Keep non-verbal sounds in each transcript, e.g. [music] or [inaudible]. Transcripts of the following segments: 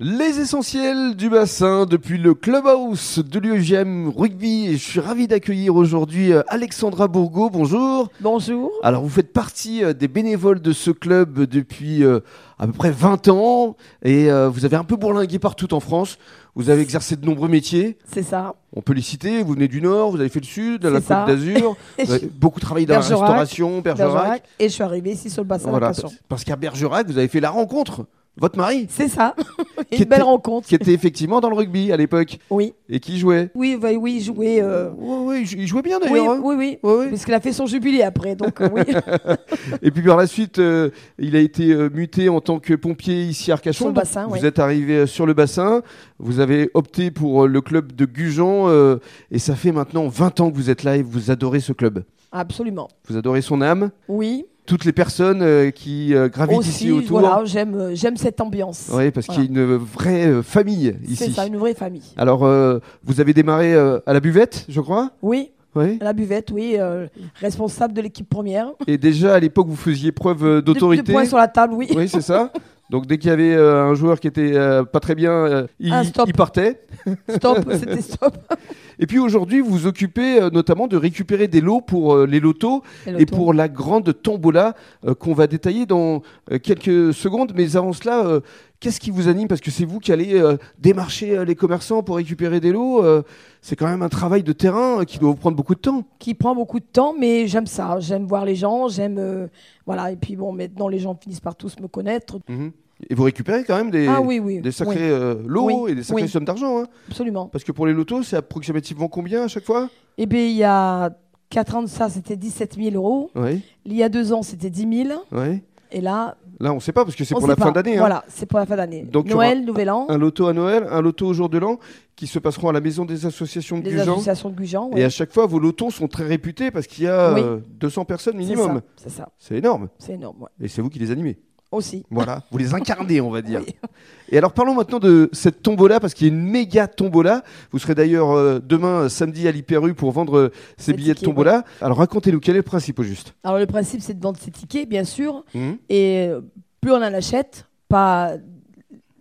Les essentiels du bassin depuis le clubhouse de l'UEGM rugby. Et je suis ravi d'accueillir aujourd'hui euh, Alexandra Bourgault. Bonjour. Bonjour. Alors vous faites partie euh, des bénévoles de ce club depuis euh, à peu près 20 ans et euh, vous avez un peu bourlingué partout en France. Vous avez exercé de nombreux métiers. C'est ça. On peut les citer. Vous venez du Nord, vous avez fait le Sud, la C'est ça. Côte [laughs] d'Azur. vous avez beaucoup travaillé dans Bergerac, la restauration, Bergerac. Bergerac. Et je suis arrivée ici sur le bassin Voilà, de la Passion. parce qu'à Bergerac, vous avez fait la rencontre. Votre mari, C'est ça. [laughs] Qui [laughs] Une était- belle rencontre. qui était effectivement dans le rugby à l'époque Oui. et qui jouait. Oui, bah oui, jouer. euh, Ouais, ouais, il jou- il jouait bien Oui, d'ailleurs. hein. oui, oui. Ouais, ouais. Parce qu'il a fait son jubilé après, donc euh, [laughs] oui. [laughs] Et puis par la suite, euh, il a été euh, muté en tant que pompier ici à Arcachon. Sur le Donc, bassin, vous oui. êtes arrivé euh, sur le bassin, vous avez opté pour euh, le club de Gujan euh, et ça fait maintenant 20 ans que vous êtes là et vous adorez ce club. Absolument. Vous adorez son âme, Oui. toutes les personnes euh, qui euh, gravitent Aussi, ici autour. voilà, j'aime, euh, j'aime cette ambiance. Oui, parce qu'il y a une vraie euh, famille C'est ici. ça, une vraie famille. Alors, euh, vous avez démarré euh, à la buvette, je crois Oui, Oui. à la buvette, oui, euh, responsable de l'équipe première. Et déjà à l'époque, vous faisiez preuve euh, Deux- Deux d'autorité. points sur la table, oui. [laughs] Oui, c'est ça. Donc dès qu'il y avait euh, un joueur qui était euh, pas très bien, euh, il, Un Ah, stop. il partait. [laughs] Stop, c'était stop. Et puis aujourd'hui, vous vous occupez euh, notamment de récupérer des lots pour euh, les lotos et l'auto. pour la grande tombola euh, qu'on va détailler dans euh, quelques secondes. Mais avant cela, euh, qu'est-ce qui vous anime Parce que c'est vous qui allez euh, démarcher euh, les commerçants pour récupérer des lots. euh, c'est quand même un travail de terrain euh, qui doit vous prendre beaucoup de temps. qui prend beaucoup de temps, mais j'aime ça. J'aime voir les gens, j'aime. euh, voilà, et puis bon, maintenant les gens finissent par tous me connaître. Et vous récupérez quand même des, ah oui, oui. des sacrés oui, euh, lots Oui. et des sacrées Oui. sommes d'argent. hein. absolument. Parce que pour les lotos, c'est approximativement combien à chaque fois Et bien, il y a 4 ans de ça, c'était 17 000 euros. Oui, Il y a 2 ans, c'était 10 000. oui. Et là, Là, on ne sait pas parce que c'est on pour sait la fin pas. d'année. hein. Voilà, c'est pour la fin d'année. Donc, il y Noël, Nouvel An, Un loto à Noël, un loto au jour de l'an, qui se passeront à la maison des associations de les Gujan. associations de Gujan. Et ouais. à chaque fois, vos lotos sont très réputés parce qu'il y a Oui. euh, 200 personnes C'est minimum. ça, C'est ça, C'est énorme. c'est énorme. ouais. Et c'est vous qui les animez. Aussi. [laughs] Voilà, vous les incarnez, on va dire. Oui. Et alors parlons maintenant de cette tombola, parce qu'il y a une méga tombola. Vous serez d'ailleurs euh, demain, euh, samedi, à l'Hyperu pour vendre euh, ces Ces billets de tickets, tombola. Alors racontez-nous, quel est le principe au juste Alors, le principe, c'est de vendre ses tickets, bien sûr. Mhm. Et euh, plus on en achète, pas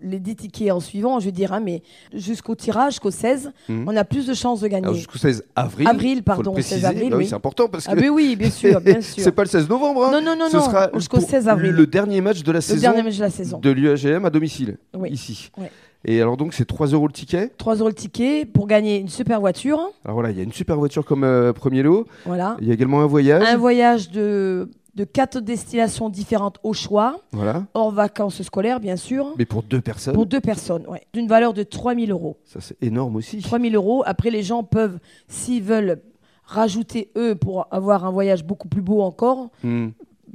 les 10 tickets en suivant, je veux dire, hein, mais jusqu'au tirage, jusqu'au 16, Mhm. on a plus de chances de gagner. Alors, Jusqu'au 16 avril. avril, faut le pardon, préciser. 16 avril. Bah oui, oui. c'est important parce que Ah, mais oui, bien sûr, bien [laughs] sûr. c'est pas le 16 novembre. hein. Non, non, non, Ce non, sera jusqu'au pour 16 avril. Le dernier match de la Le saison dernier match de la saison. de l'UAGM à domicile, Oui. ici. Ouais. Et alors donc c'est 3 euros le ticket. 3 euros le ticket pour gagner une super voiture. Alors voilà, il y a une super voiture comme euh, premier lot. Voilà. Il y a également un voyage. Un voyage de, de 4 destinations différentes au choix, Voilà. hors vacances scolaires, bien sûr, Mais pour deux personnes, pour deux personnes, ouais, d'une valeur de 3 000 euros. ça c'est énorme aussi. 3 000 euros. Après, les gens peuvent, s'ils veulent rajouter eux pour avoir un voyage beaucoup plus beau encore, Hmm.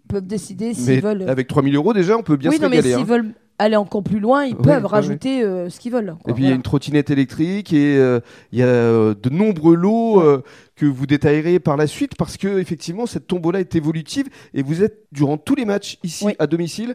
peuvent décider Mais s'ils veulent. euh, avec 3000 euros déjà, on peut bien oui, se non, mais régaler. s'ils hein. veulent aller encore plus loin, ils Oui, peuvent oui, rajouter euh, ce qu'ils veulent. Et quoi, puis il y a voilà. une trottinette électrique et euh, il y a euh, de nombreux lots euh, que vous détaillerez par la suite parce que effectivement cette tombola est évolutive et vous êtes durant tous les matchs ici Oui. à domicile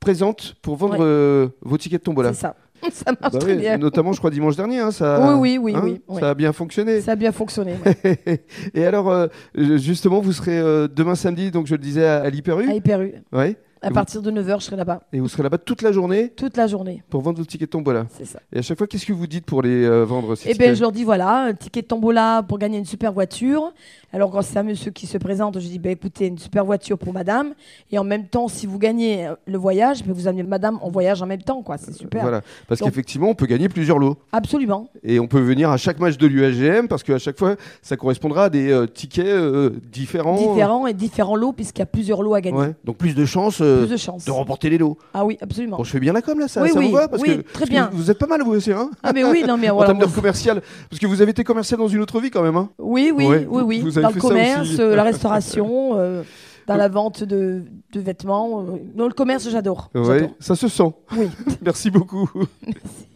présente pour vendre Ouais. euh, vos tickets de tombola. C'est ça. ça [laughs] marche Bah très oui, bien. Notamment, je crois, dimanche dernier. hein, ça, Oui, oui, oui, oui, oui. Ça a bien fonctionné. [laughs] Ça a bien fonctionné. ouais. Et alors, euh, euh, justement, vous serez euh, demain samedi, donc je le disais, à, à l'Hyperu. à Hyperu. Ouais. À vous- partir de 9h, je serai là-bas. Et vous serez là-bas toute la journée Toute la journée. pour vendre vos tickets de tombola. C'est ça. Et à chaque fois, qu'est-ce que vous dites pour les euh, vendre ces Et tickets bien, Eh ben, je leur dis voilà, un ticket de tombola pour gagner une super voiture. Alors, quand c'est à monsieur qui se présente, je dis ben écoutez, une super voiture pour madame. Et en même temps, si vous gagnez euh, le voyage, ben, vous amenez madame en voyage en même temps, quoi. C'est super. Voilà. Parce Donc- qu'effectivement, on peut gagner plusieurs lots. Absolument. Et on peut venir à chaque match de l'UAGM parce qu'à chaque fois, ça correspondra à des euh, tickets euh, différents. Différents et différents lots, puisqu'il y a plusieurs lots à gagner. Ouais. Donc plus de chances euh, Plus de chance. de remporter les lots. Ah oui, absolument. Bon, je fais bien la com là, ça, Oui, ça vous oui, va parce oui, que, très parce que bien. vous êtes pas mal vous aussi, hein Ah, mais oui, non, [laughs] mais en voilà. termes de commercial Parce que vous avez été commercial dans une autre vie quand même. Hein Oui, oui, Ouais, oui, vous- oui. vous avez dans le fait ça aussi. commerce, euh, la restauration, euh, dans la vente de, de vêtements. euh. Dans le commerce, j'adore. Ouais, J'adore. ça se sent. [laughs] Oui. Merci beaucoup.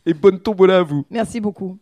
Et bonne tombola à vous. Merci beaucoup.